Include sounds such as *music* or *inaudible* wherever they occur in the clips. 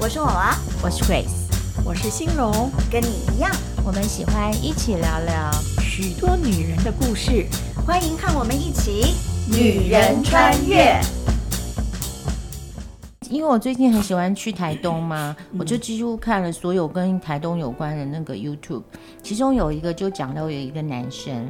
我是我娃，我是 Grace，我是欣荣，跟你一样，我们喜欢一起聊聊许多女人的故事。欢迎看我们一起《女人穿越》。因为我最近很喜欢去台东嘛，我就几乎看了所有跟台东有关的那个 YouTube，其中有一个就讲到有一个男生，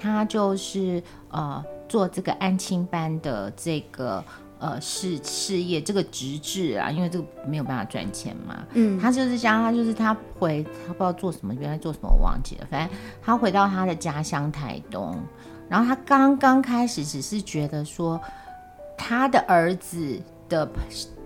他就是呃做这个安亲班的这个呃事事业这个职志啊，因为这个没有办法赚钱嘛，嗯，他就是像他就是他回他不知道做什么，原来做什么我忘记了，反正他回到他的家乡台东，然后他刚刚开始只是觉得说他的儿子。的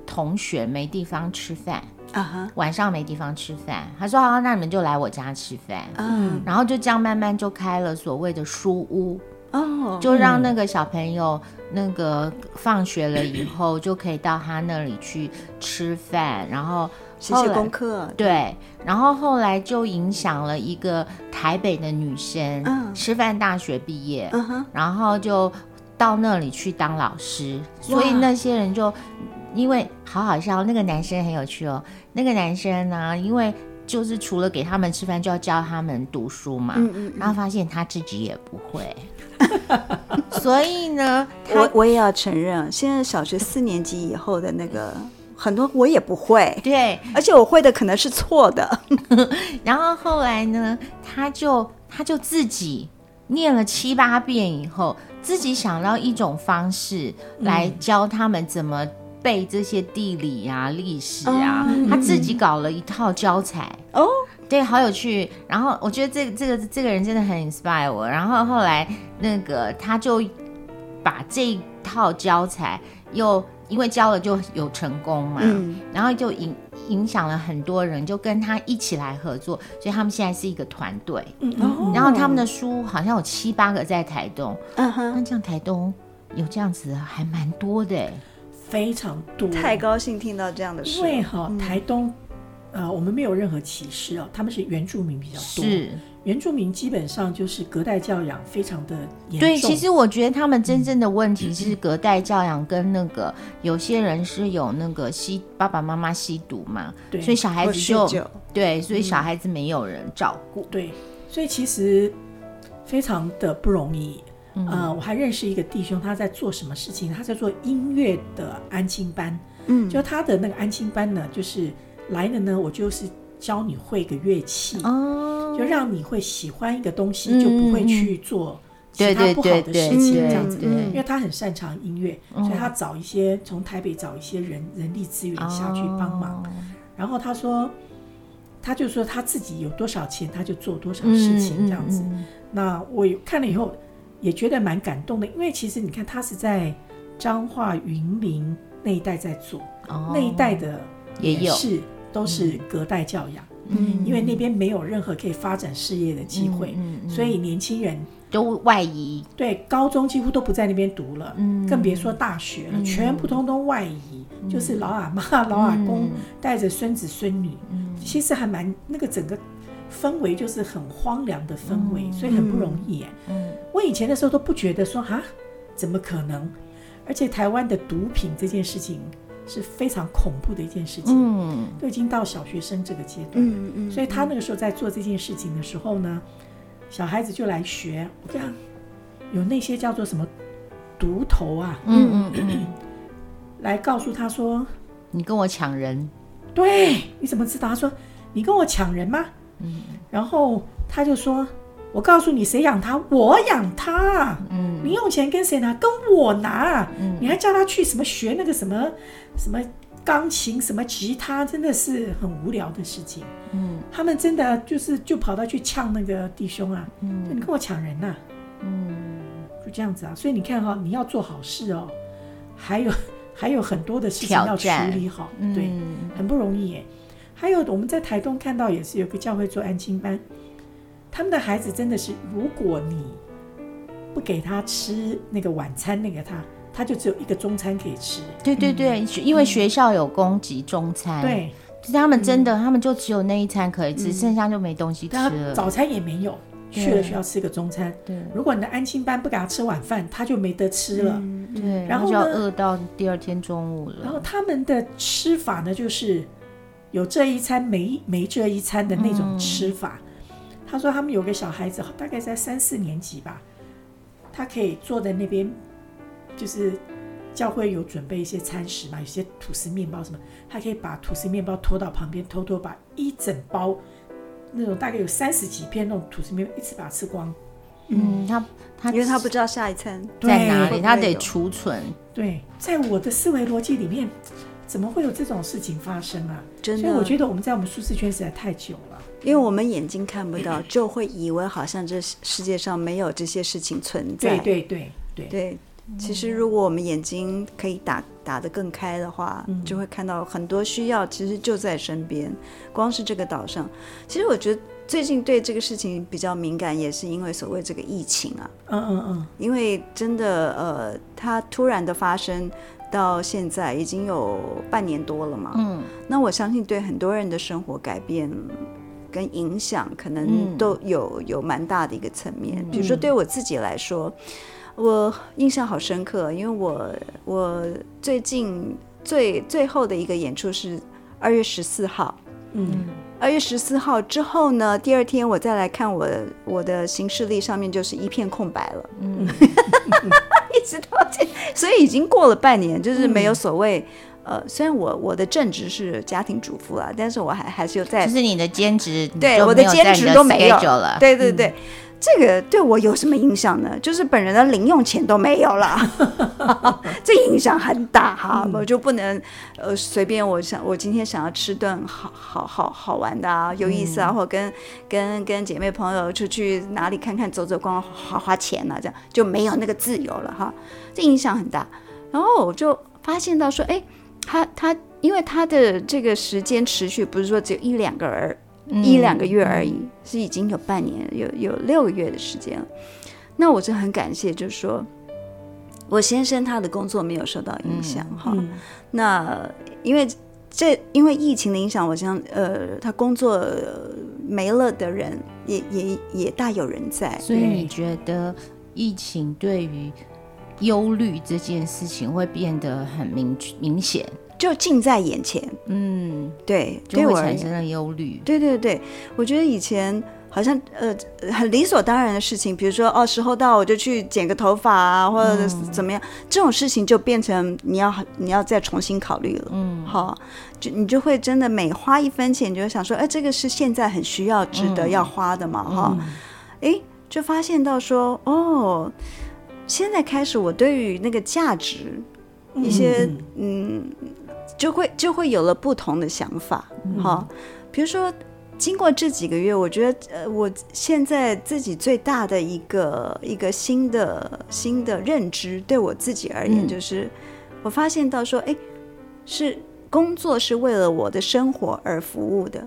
同学没地方吃饭啊哈，晚上没地方吃饭，他说：“好，那你们就来我家吃饭。”啊嗯，然后就这样慢慢就开了所谓的书屋，哦，就让那个小朋友那个放学了以后就可以到他那里去吃饭，然后写后写来功课，对，然后后来就影响了一个台北的女生，嗯师范大学毕业，嗯哼，然后就到那里去当老师，所以那些人就因为好好笑，那个男生很有趣哦。那个男生呢、因为就是除了给他们吃饭，就要教他们读书嘛，嗯嗯然后发现他自己也不会， *laughs* 所以呢，他我我也要承认，现在小学四年级以后的那个很多我也不会，对，而且我会的可能是错的。然后后来呢，他就他就自己念了七八遍以后，自己想到一种方式来教他们怎么背这些地理啊、历史啊，哦他自己搞了一套教材。哦，对，好有趣。然后我觉得这个这个这个人真的很 inspire 我。然后后来那个他就把这一套教材又因为教了就有成功嘛，嗯然后就影影响了很多人，就跟他一起来合作，所以他们现在是一个团队。嗯哦然后他们的书好像有七八个在台东，嗯哼，那这样台东有这样子还蛮多的欸。非常多，太高嗯兴听到这样的因事，为哈、台东，呃，我们没有任何歧视啊，他们是原住民比较多，是，原住民基本上就是隔代教养非常的严重，对，其实我觉得他们真正的问题是隔代教养跟那个有些人是有那个吸爸爸妈妈吸毒嘛，对所以小孩我子酗就酒对，所以小孩子没有人照顾。对，所以其实非常的不容易。嗯嗯呃，我还认识一个弟兄，他在做什么事情？他在做音乐的安亲班，嗯，就他的那个安亲班呢，就是来的呢，我就是教你会个乐器，哦就让你会喜欢一个东西，嗯就不会去做其对他对不好对的对嗯哦事情，这样对子。对因，为他很擅长音乐，所以他找一些从台北找一些人人力资源下去帮哦忙。然后他说，他就说他自己有多少钱，他就做多少事情这样子。嗯嗯那我有看了以后也觉得蛮感动的，因为其实你看他是在彰化云林那一带在做，嗯哦那一带的也有是都是隔代教养，嗯因为那边没有任何可以发展事业的机会，嗯嗯嗯所以年轻人都外移，对高中几乎都不在那边读了，嗯更别说大学了，全部通通外移，就是 *laughs* 老阿妈、老阿嗯公带着孙子孙女，其实还蛮那个整个氛围就是很荒凉的氛嗯围，所以很不容易耶。我以前的时候都不觉得说啊，怎么可能？而且台湾的毒品这件事情是非常恐怖的一件事情，嗯都已经到小学生这个阶段。嗯嗯，所以他那个时候在做这件事情的时候呢，小孩子就来学，我看有那些叫做什么毒头啊，嗯嗯嗯，来告诉他说，你跟我抢人，对，你怎么知道？他说你跟我抢人吗？嗯，然后他就说，我告诉你谁养他，我养他，嗯，零用钱跟谁拿？跟我拿，嗯，你还叫他去什么学那个什么什么。钢琴什么吉他真的是很无聊的事情，嗯，他们真的就是就跑到去呛那个弟兄啊，嗯，你跟我抢人呐、嗯，就这样子啊，所以你看哈、你要做好事哦，还有 *laughs* 还有很多的事情挑要处战理好，嗯对，很不容易耶。还有我们在台东看到也是有个教会做安亲班，他们的孩子真的是，如果你不给他吃那个晚餐，那个他他就只有一个中餐可以吃。对对对，学因为学校有供给中餐，，对，就是他们真的，他们就只有那一餐可以吃，剩下就没东西吃但他了。早餐也没有，去了学校吃个中餐。对如果你的安亲班不给他吃晚饭，他就没得吃了。嗯对，然后就要呢饿到第二天中午然了。后他们的吃法呢，就是有这一餐没没这一餐的那种吃法。他说他们有个小孩子，大概在三四年级吧，他可以坐在那边，就是教会有准备一些餐食嘛，有些吐司面包什么，他可以把吐司面包拖到旁边，偷偷把一整包那种大概有三十几片那种吐司面包一次把它吃光。嗯，他他因为他不知道下一餐。在哪会里，不他会得有储存。对，在我的思维逻辑里面，怎么会有这种事情发生啊？真的所以我觉得我们在我们舒适圈实在太久了。因为我们眼睛看不 *laughs* 到，就会以为好像这世界上没有这些事情存在。对对对对，对其实如果我们眼睛可以打打得更开的话，嗯就会看到很多需要其实就在身边。光是这个岛上，其实我觉得最近对这个事情比较敏感，也是因为所谓这个疫情啊，嗯嗯嗯，因为真的呃，它突然的发生。到现在已经有半年多了嘛，嗯，那我相信对很多人的生活改变跟影响，可能都有、有蛮大的一个层面。比如说对我自己来说，我印象好深刻，因为我我最近最最后的一个演出是二月十四号，嗯，二月十四号之后呢，第二天我再来看我我的行事历上面就是一片空白了，嗯， *laughs* 一直到这，所以已经过了半年，就是没有所谓。呃，虽然我我的正职是家庭主妇啊，但是我还还是有在就是你的兼职，对就我的没有在兼你职的都没有 schedule 了。对对对，这个对我有什么影响呢？就是本人的零用钱都没有了， *laughs* 这影响很大哈。我就不能呃随便我想我今天想要吃顿好好好好玩的啊，有意思啊，或跟跟跟姐妹朋友出去哪里看看走走逛逛，花花钱啊，这样就没有那个自由了哈。这影响很大。然后我就发现到说，哎，他他因为他的这个时间持续不是说只有一两个而嗯一两个月而已，是已经有半年，有有六个月的时间了。那我是很感谢，就是说我先生他的工作没有受到影响哈、嗯嗯那因为这因为疫情的影响，我想呃，他工作呃没了的人也也也大有人在。所以你觉得疫情对于忧虑这件事情会变得很明明显？就近在眼前，嗯，对，就对会我而产言生了忧虑。对对对，我觉得以前好像呃很理所当然的事情，比如说哦时候到我就去剪个头发啊，或者是怎么样，这种事情就变成你要你要再重新考虑了。嗯，好，就你就会真的每花一分钱，你就会想说，哎、这个是现在很需要、值得要花的嘛，哈、诶，哎，就发现到说哦，现在开始我对于那个价值一些嗯嗯，就会就会有了不同的想法，哈、比如说，经过这几个月，我觉得呃，我现在自己最大的一个一个新的新的认知，对我自己而言，就是、我发现到说，哎，是工作是为了我的生活而服务的，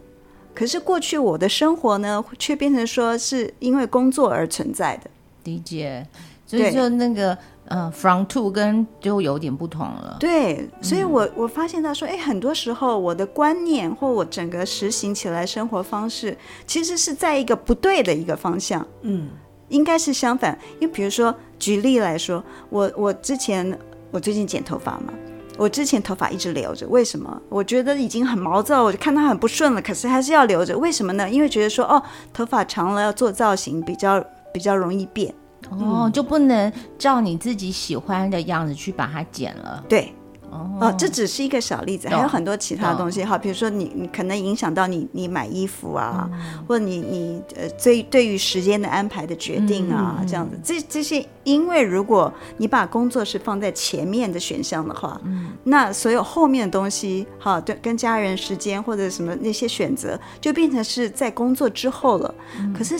可是过去我的生活呢，却变成说是因为工作而存在的。理解，所以对就那个呃，from two 跟就有点不同了。对，所以我我发现到说，哎，很多时候我的观念或我整个实行起来生活方式，其实是在一个不对的一个方向，嗯应该是相反。因为比如说，举例来说，我我之前我最近剪头发嘛。我之前头发一直留着，为什么？我觉得已经很毛躁，我就看它很不顺了，可是还是要留着，为什么呢？因为觉得说，哦，头发长了要做造型比较比较容易变，嗯哦，就不能照你自己喜欢的样子去把它剪了。对，哦，哦，这只是一个小例子，懂还有很多其他东西哈，比如说你你可能影响到你你买衣服啊，嗯或者你你呃对对于时间的安排的决定啊，嗯这样子，这这些，因为如果你把工作是放在前面的选项的话，嗯那所有后面的东西哈，对，跟家人时间或者什么那些选择，就变成是在工作之后了。嗯可是，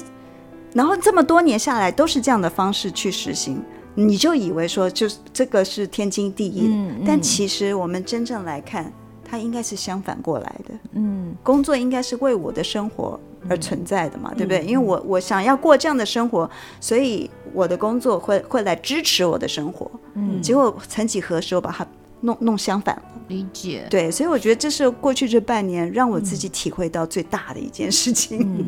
然后这么多年下来都是这样的方式去实行，你就以为说就是这个是天经地义的，嗯嗯但其实我们真正来看，它应该是相反过来的。嗯，工作应该是为我的生活而存在的嘛，对不对？因为我我想要过这样的生活，所以我的工作会会来支持我的生活。嗯，结果曾几何时我把它弄弄相反了。嗯理解。对，所以我觉得这是过去这半年让我自己体会到最大的一件事情。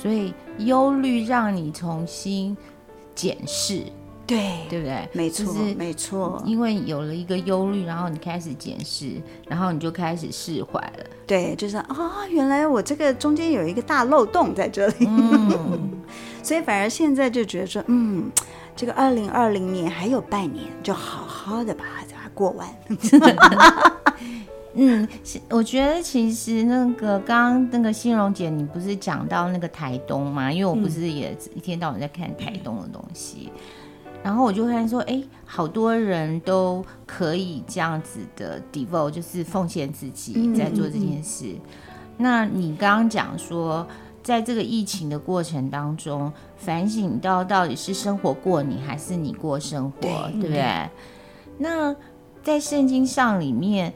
所以忧虑让你重新检视对，对不对？ *laughs* 没就错是，没错，因为有了一个忧虑，然后你开始检视，然后你就开始释怀了。对，就是啊、原来我这个中间有一个大漏洞在这里，嗯， *laughs* 所以反而现在就觉得说，嗯，这个二零二零年还有半年，就好好的把它过完。嗯，是我觉得其实那个刚刚那个欣荣姐，你不是讲到那个台东吗？因为我不是也一天到晚在看台东的东西，然后我就看说，哎，好多人都可以这样子的 devote，就是奉献自己在做这件事。那你刚刚讲说，在这个疫情的过程当中，反省到到底是生活过你，还是你过生活，对嗯不对？那在圣经上里面，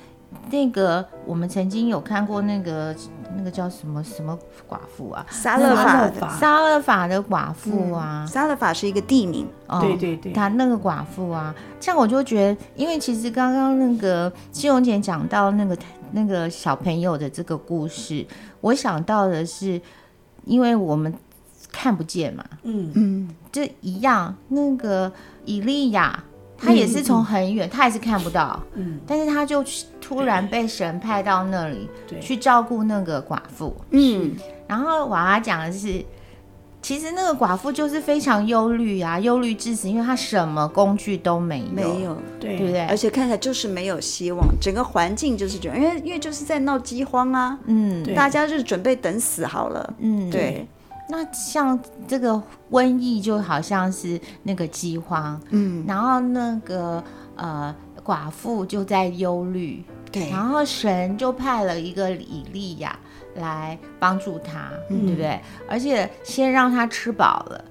那个我们曾经有看过那个那个叫什么什么寡妇啊，撒勒法撒勒法撒勒法的寡妇啊，撒勒法是一个地名，哦对对对，她那个寡妇啊，这样我就觉得，因为其实刚刚那个金荣姐讲到那个那个小朋友的这个故事，我想到的是，因为我们看不见嘛，嗯，嗯，这一样，那个以利亚，他也是从很远，他也是看不到，嗯，但是他就去突然被神派到那里对去照顾那个寡妇。嗯，然后娃娃讲的是，其实那个寡妇就是非常忧虑啊，忧虑致死，因为她什么工具都没有，没有，对不对，对而？且看起来就是没有希望，整个环境就是这样，因为因为就是在闹饥荒啊，嗯对大家就是准备等死好了。嗯，对，那像这个瘟疫就好像是那个饥荒，嗯，然后那个呃寡妇就在忧虑，对，然后神就派了一个以利亚来帮助他，嗯对不对？而且先让他吃饱了，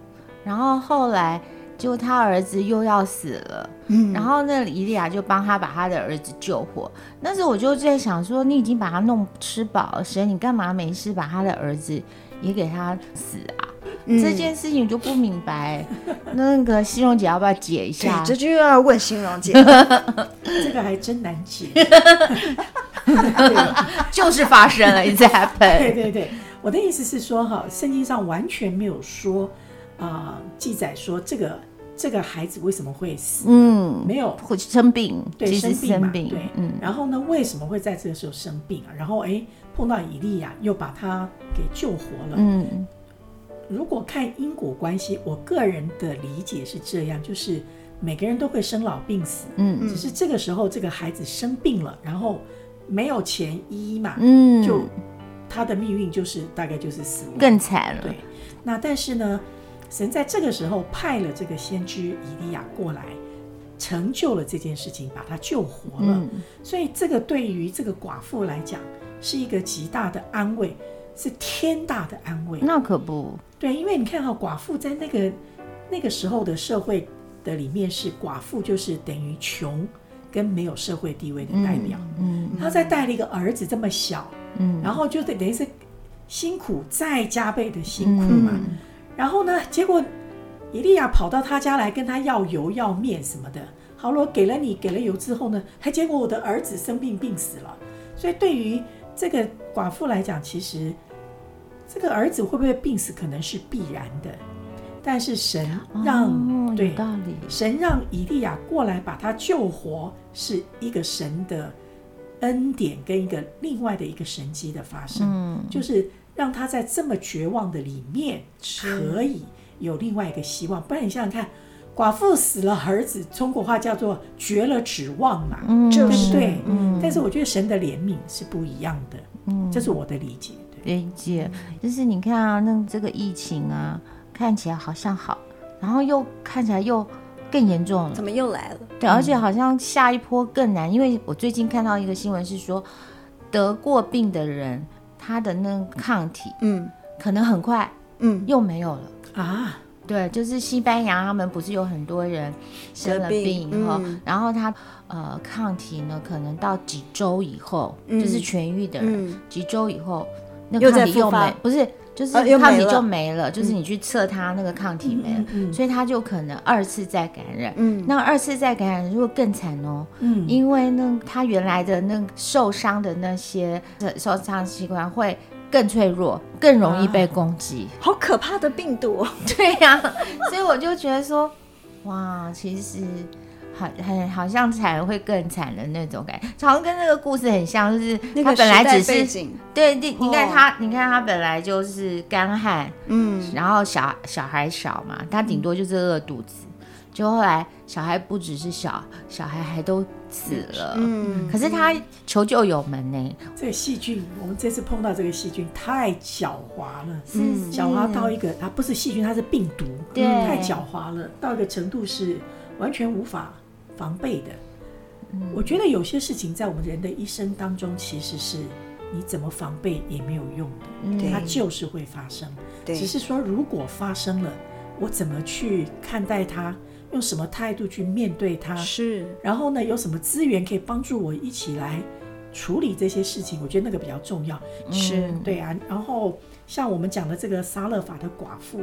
然后后来就他儿子又要死了，嗯然后那以利亚就帮他把他的儿子救活。那时候我就在想说，你已经把他弄吃饱了，神你干嘛没事把他的儿子也给他死啊？这件嗯事情我就不明白，那个西荣姐要不要解对一下？，这就要问形容姐，这个还真难 *laughs* 解。就是发生了，it's 对 happened。对对，我的意思是说哈，圣经上完全没有说啊、记载说这个这个孩子为什么会死，嗯，没有或生病，对其实病嘛，生病，对，嗯，然后呢，为什么会在这个时候生病啊？然后哎，碰到以利亚又把他给救活了。嗯如果看因果关系，我个人的理解是这样，就是每个人都会生老病死，嗯只是这个时候这个孩子生病了，然后没有钱医嘛，嗯，就他的命运就是大概就是死亡。更惨了，对，那但是呢，神在这个时候派了这个先知以利亚过来，成就了这件事情，把他救活了。嗯所以这个对于这个寡妇来讲，是一个极大的安慰，是天大的安慰。那可不，对，因为你看哈、寡妇在那个那个时候的社会的里面是寡妇，就是等于穷跟没有社会地位的代表。嗯她再带了一个儿子这么小，嗯，然后就等等于是辛苦再加倍的嗯辛苦嘛。然后呢，结果以利亚跑到他家来跟他要油要面什么的。好了，我给了你，给了油之后呢，还结果我的儿子生病病死了。所以对于这个寡妇来讲，其实这个儿子会不会病死可能是必然的，但是神让、哦对有道理，神让以利亚过来把他救活，是一个神的恩典跟一个另外的一个神迹的发生，嗯就是让他在这么绝望的里面可以有另外一个希望。不然你想想看，寡妇死了儿子，中国话叫做绝了指望嘛，嗯，就对是不对？嗯但是我觉得神的怜悯是不一样的，这是我的理解。对理解，就是你看啊，那这个疫情啊，看起来好像好，然后又看起来又更严重了怎，么又来了？对，而且好像下一波更难，因为我最近看到一个新闻是说，得过病的人，他的那个抗体嗯可能很快嗯，又没有了。啊，对，就是西班牙，他们不是有很多人生了得病病以后，嗯然后他呃抗体呢，可能到几周以后，嗯就是痊愈的人，嗯几周以后，那又抗体再复又发没，不是，就是啊又抗没体了嗯就没了，就是你去测他那个抗体没了，嗯嗯嗯所以他就可能二次再感染。嗯那二次再感染如果更惨哦，嗯因为呢，他原来的那个受伤的那些受伤器官会更脆弱，更啊容易被攻击。 *laughs* 好可怕的病毒哦，对呀、所以我就觉得说，哇，其实好很好像惨会更惨的那种感觉，好像跟那个故事很像，就是那他个本时代来背只是景，对，你你看哦他，你看他本来就是干旱，嗯，然后小小孩小嘛，他顶多就是饿肚子，就后来小孩不只是小，小孩还都死了，嗯可是他求救有门呢、这个细菌，我们这次碰到这个细菌太狡猾了，嗯，狡猾到一个，它不是细菌，它是病毒，对太狡猾了，到一个程度是完全无法防备的。我觉得有些事情在我们人的一生当中，其实是你怎么防备也没有用的，对它就是会发生。对只，是说如果发生了，我怎么去看待它，用什么态度去面对它，是，然后呢，有什么资源可以帮助我一起来处理这些事情？我觉得那个比较重要。是对啊，然后像我们讲的这个沙勒法的寡妇，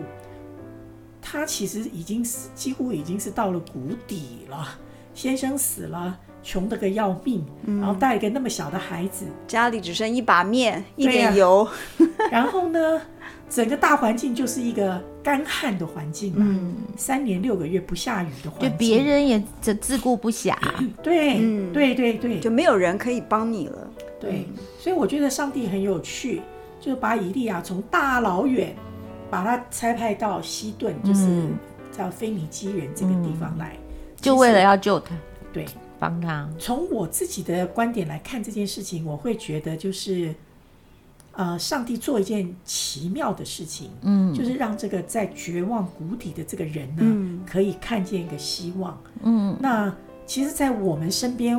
她其实已经是几乎已经是到了谷底了，先生死了。穷得个要命，嗯然后带一个那么小的 *laughs* 孩子，家里只剩一把面，一对呀点油，然后呢，整个大环境就是一个干旱的环境嘛，嗯三年六个月不下雨的环对境，别人也自自顾不暇，对、嗯对对对就没有人可以帮你了。对，嗯所以我觉得上帝很有趣，就是把以利亚从大老远把他差派到西顿，就是嗯叫腓尼基人这个地方来，就为了要救他，对。帮他，从我自己的观点来看这件事情，我会觉得就是，呃，上帝做一件奇妙的事情，嗯，就是让这个在绝望谷底的这个人呢，嗯可以看见一个希望。嗯那其实，在我们身边，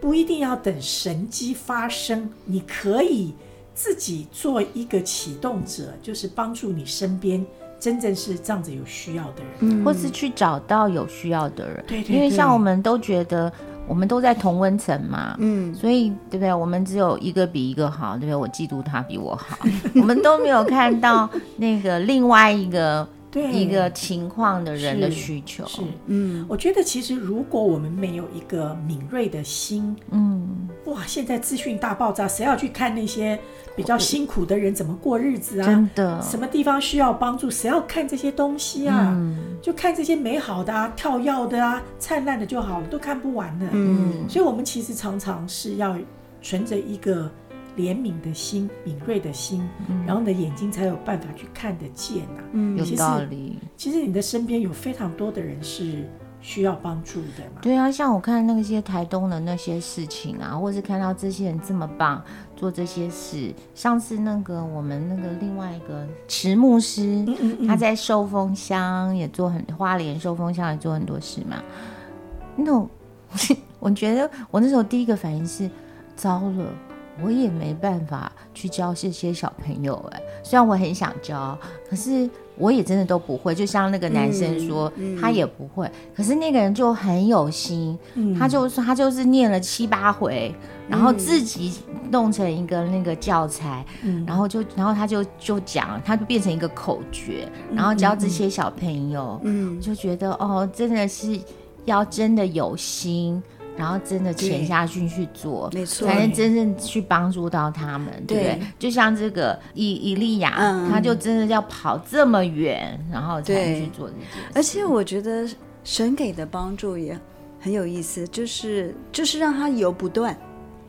不一定要等神机发生，你可以自己做一个启动者，就是帮助你身边真正是这样子有需要的人。或是去找到有需要的人，嗯对对因为对像我们都觉得我们都在同温层嘛，嗯，所以对不对？我们只有一个比一个好，对不对？我嫉妒他比我好， *laughs* 我们都没有看到那个另外一个对，一个情况的人的哦需求。是，嗯，我觉得其实如果我们没有一个敏锐的心，嗯，哇，现在资讯大爆炸，谁要去看那些比较辛苦的人怎么过日子啊真？的，什么地方需要帮助？谁要看这些东西啊？嗯就看这些美好的啊、跳跃的啊、灿烂的就好了，都看不完了。嗯，所以我们其实常常是要存着一个怜悯的心、敏锐的心，嗯然后你的眼睛才有办法去看得见啊。有其实道理。其实你的身边有非常多的人是需要帮助的嘛。对啊，像我看那些台东的那些事情啊，或是看到这些人这么棒做这些事。上次那个我们那个另外一个池牧师，他在寿丰乡也做很花莲寿丰乡也做很多事嘛。那种我觉得我那时候第一个反应是，糟了。我也没办法去教这些小朋友哎、虽然我很想教，可是我也真的都不会。就像那个男生说，嗯他也不会，可是那个人就很有心，他就是他就是念了七八回，然后自己弄成一个那个教材，然后就然后他就就讲，他就变成一个口诀，然后教这些小朋友，嗯，就觉得哦，真的是要真的有心。然后真的潜下去去做，没错才能真正去帮助到他们，对不对对？就像这个以以利亚，嗯他就真的要跑这么远，然后才能对去做这件事。而且我觉得神给的帮助也很有意思，就是就是让他油不断。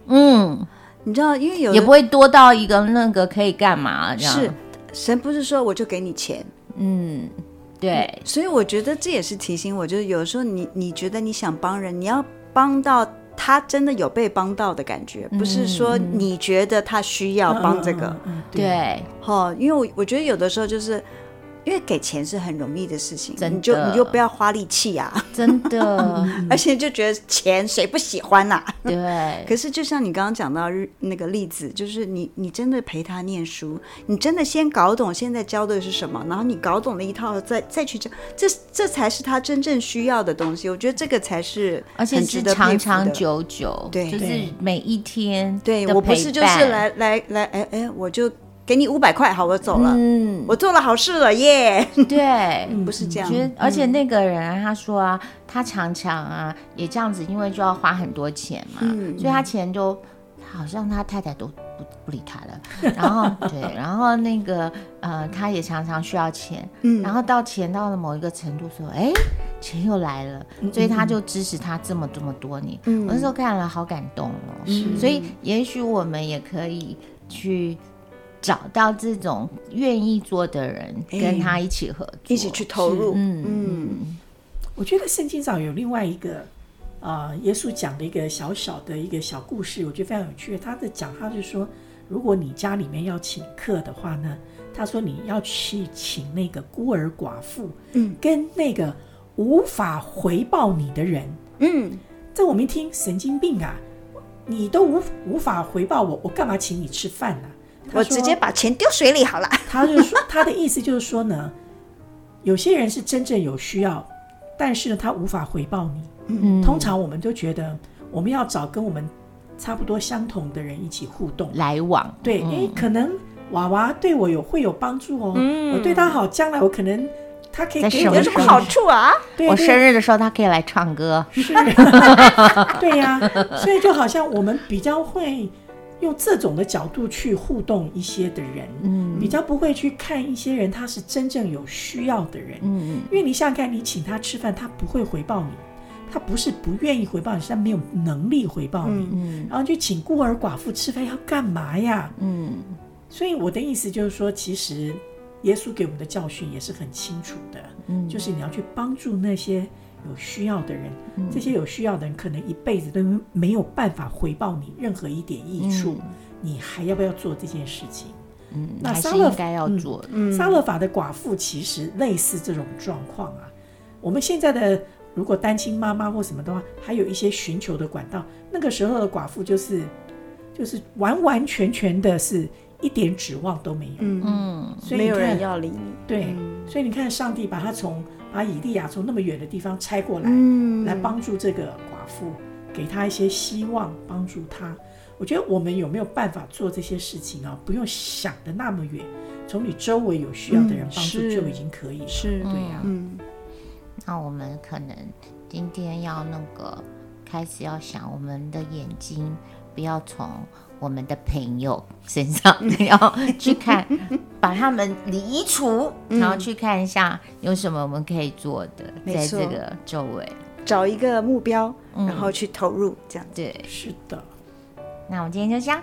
嗯，你知道，因为有也的不会啊多到一个那个可以干嘛这样。是，神不是说我就给你钱，嗯，对，所以我觉得这也是提醒我，就是有时候你你觉得你想帮人，你要帮到他真的有被帮到的感觉，不是说嗯你觉得他需要帮这个嗯，嗯嗯对对，哦，因为我我觉得有的时候就是。因为给钱是很容易的事情，真的嗯你就你就不要花力气呀、真 *laughs* 的，而且就觉得钱谁不喜欢啊呐、对，可是就像你刚刚讲到日那个例子，就是你你真的陪他念书，你真的先搞懂现在教的是什么，然后你搞懂了一套，再再去教，这这才是他真正需要的东西。我觉得这个才是而且很是值得佩服的长长。久久，对就是对每一天，对我不是就是，来来来，哎哎，我就给你五百块，好，我走了，嗯嗯，我做了好事了，耶！ *laughs* 对，嗯不是这样，觉得，而且那个人、啊、他说啊，他常常啊也这样子，因为就要花很多钱嘛，嗯所以他钱就好像他太太都不不理他了。 *laughs* 然后对，然后那嗯个呃，他也常常需要钱，然后到钱到了某一个程度说，哎，钱又来了，嗯所嗯以他就支持他这么这么多年。我那时候看了好感动哦，所以也许我们也可以去。找到这种愿意做的人，跟他一起合作，哎一起去投入，嗯我觉得圣经上有另外一个，呃，耶稣讲的一个小小的一个小故事，我觉得非常有趣。他在讲，他就说，如果你家里面要请客的话呢，他说你要去请那个孤儿寡妇，嗯，跟那个无法回报你的人。嗯，这我们一听，神经病啊！你都无无法回报我，我干嘛请你吃饭呢、他我说直接把钱丢水里好了。 *laughs* 他就说他的意思就是说呢，有些人是真正有需要，但是呢，他无法回报你。嗯通常我们都觉得我们要找跟我们差不多相同的人一起互动，来往，嗯对，因为可能娃娃对我有会有帮助哦，我对他好，将来我可能他可以在给什我么有一什个么时候好处啊？对我对生日的时候他可以来唱歌，是， *laughs* 对呀、所以就好像我们比较会用这种的角度去互动一些的人，嗯，比较不会去看一些人他是真正有需要的人，嗯因为你想想看，你请他吃饭，他不会回报你，他不是不愿意回报你，是他没有能力回报你，嗯然后就请孤儿寡妇吃饭要干嘛呀？嗯所以我的意思就是说，其实耶稣给我们的教训也是很清楚的，嗯就是你要去帮助那些有需要的人，嗯这些有需要的人可能一辈子都没有办法回报你任何一点益处，你还要不要做这件事情？嗯，那还是撒勒应该要嗯做的，撒勒法的寡妇其实类似这种状况啊。我们现在的如果单亲妈妈或什么的话，还有一些寻求的管道。那个时候的寡妇就是就是完完全全的是一点指望都没有，嗯，嗯所以没你有人看，要理你。对，嗯所以你看，上帝把他从把以利亚从那么远的地方拆过来，嗯，来帮助这个寡妇，给她一些希望，帮助她。我觉得我们有没有办法做这些事情啊？不用想的那么远，从你周围有需要的人嗯帮助是就已经可以了。是对呀、嗯，那我们可能今天要那个开始要想，我们的眼睛不要从我们的朋友身上 *laughs* 要去看，把他们移除，然后去看一下有什么我们可以做的，嗯没在错这个周围。找一个目标，然后去投入，这样对，是的。那我们今天就这样，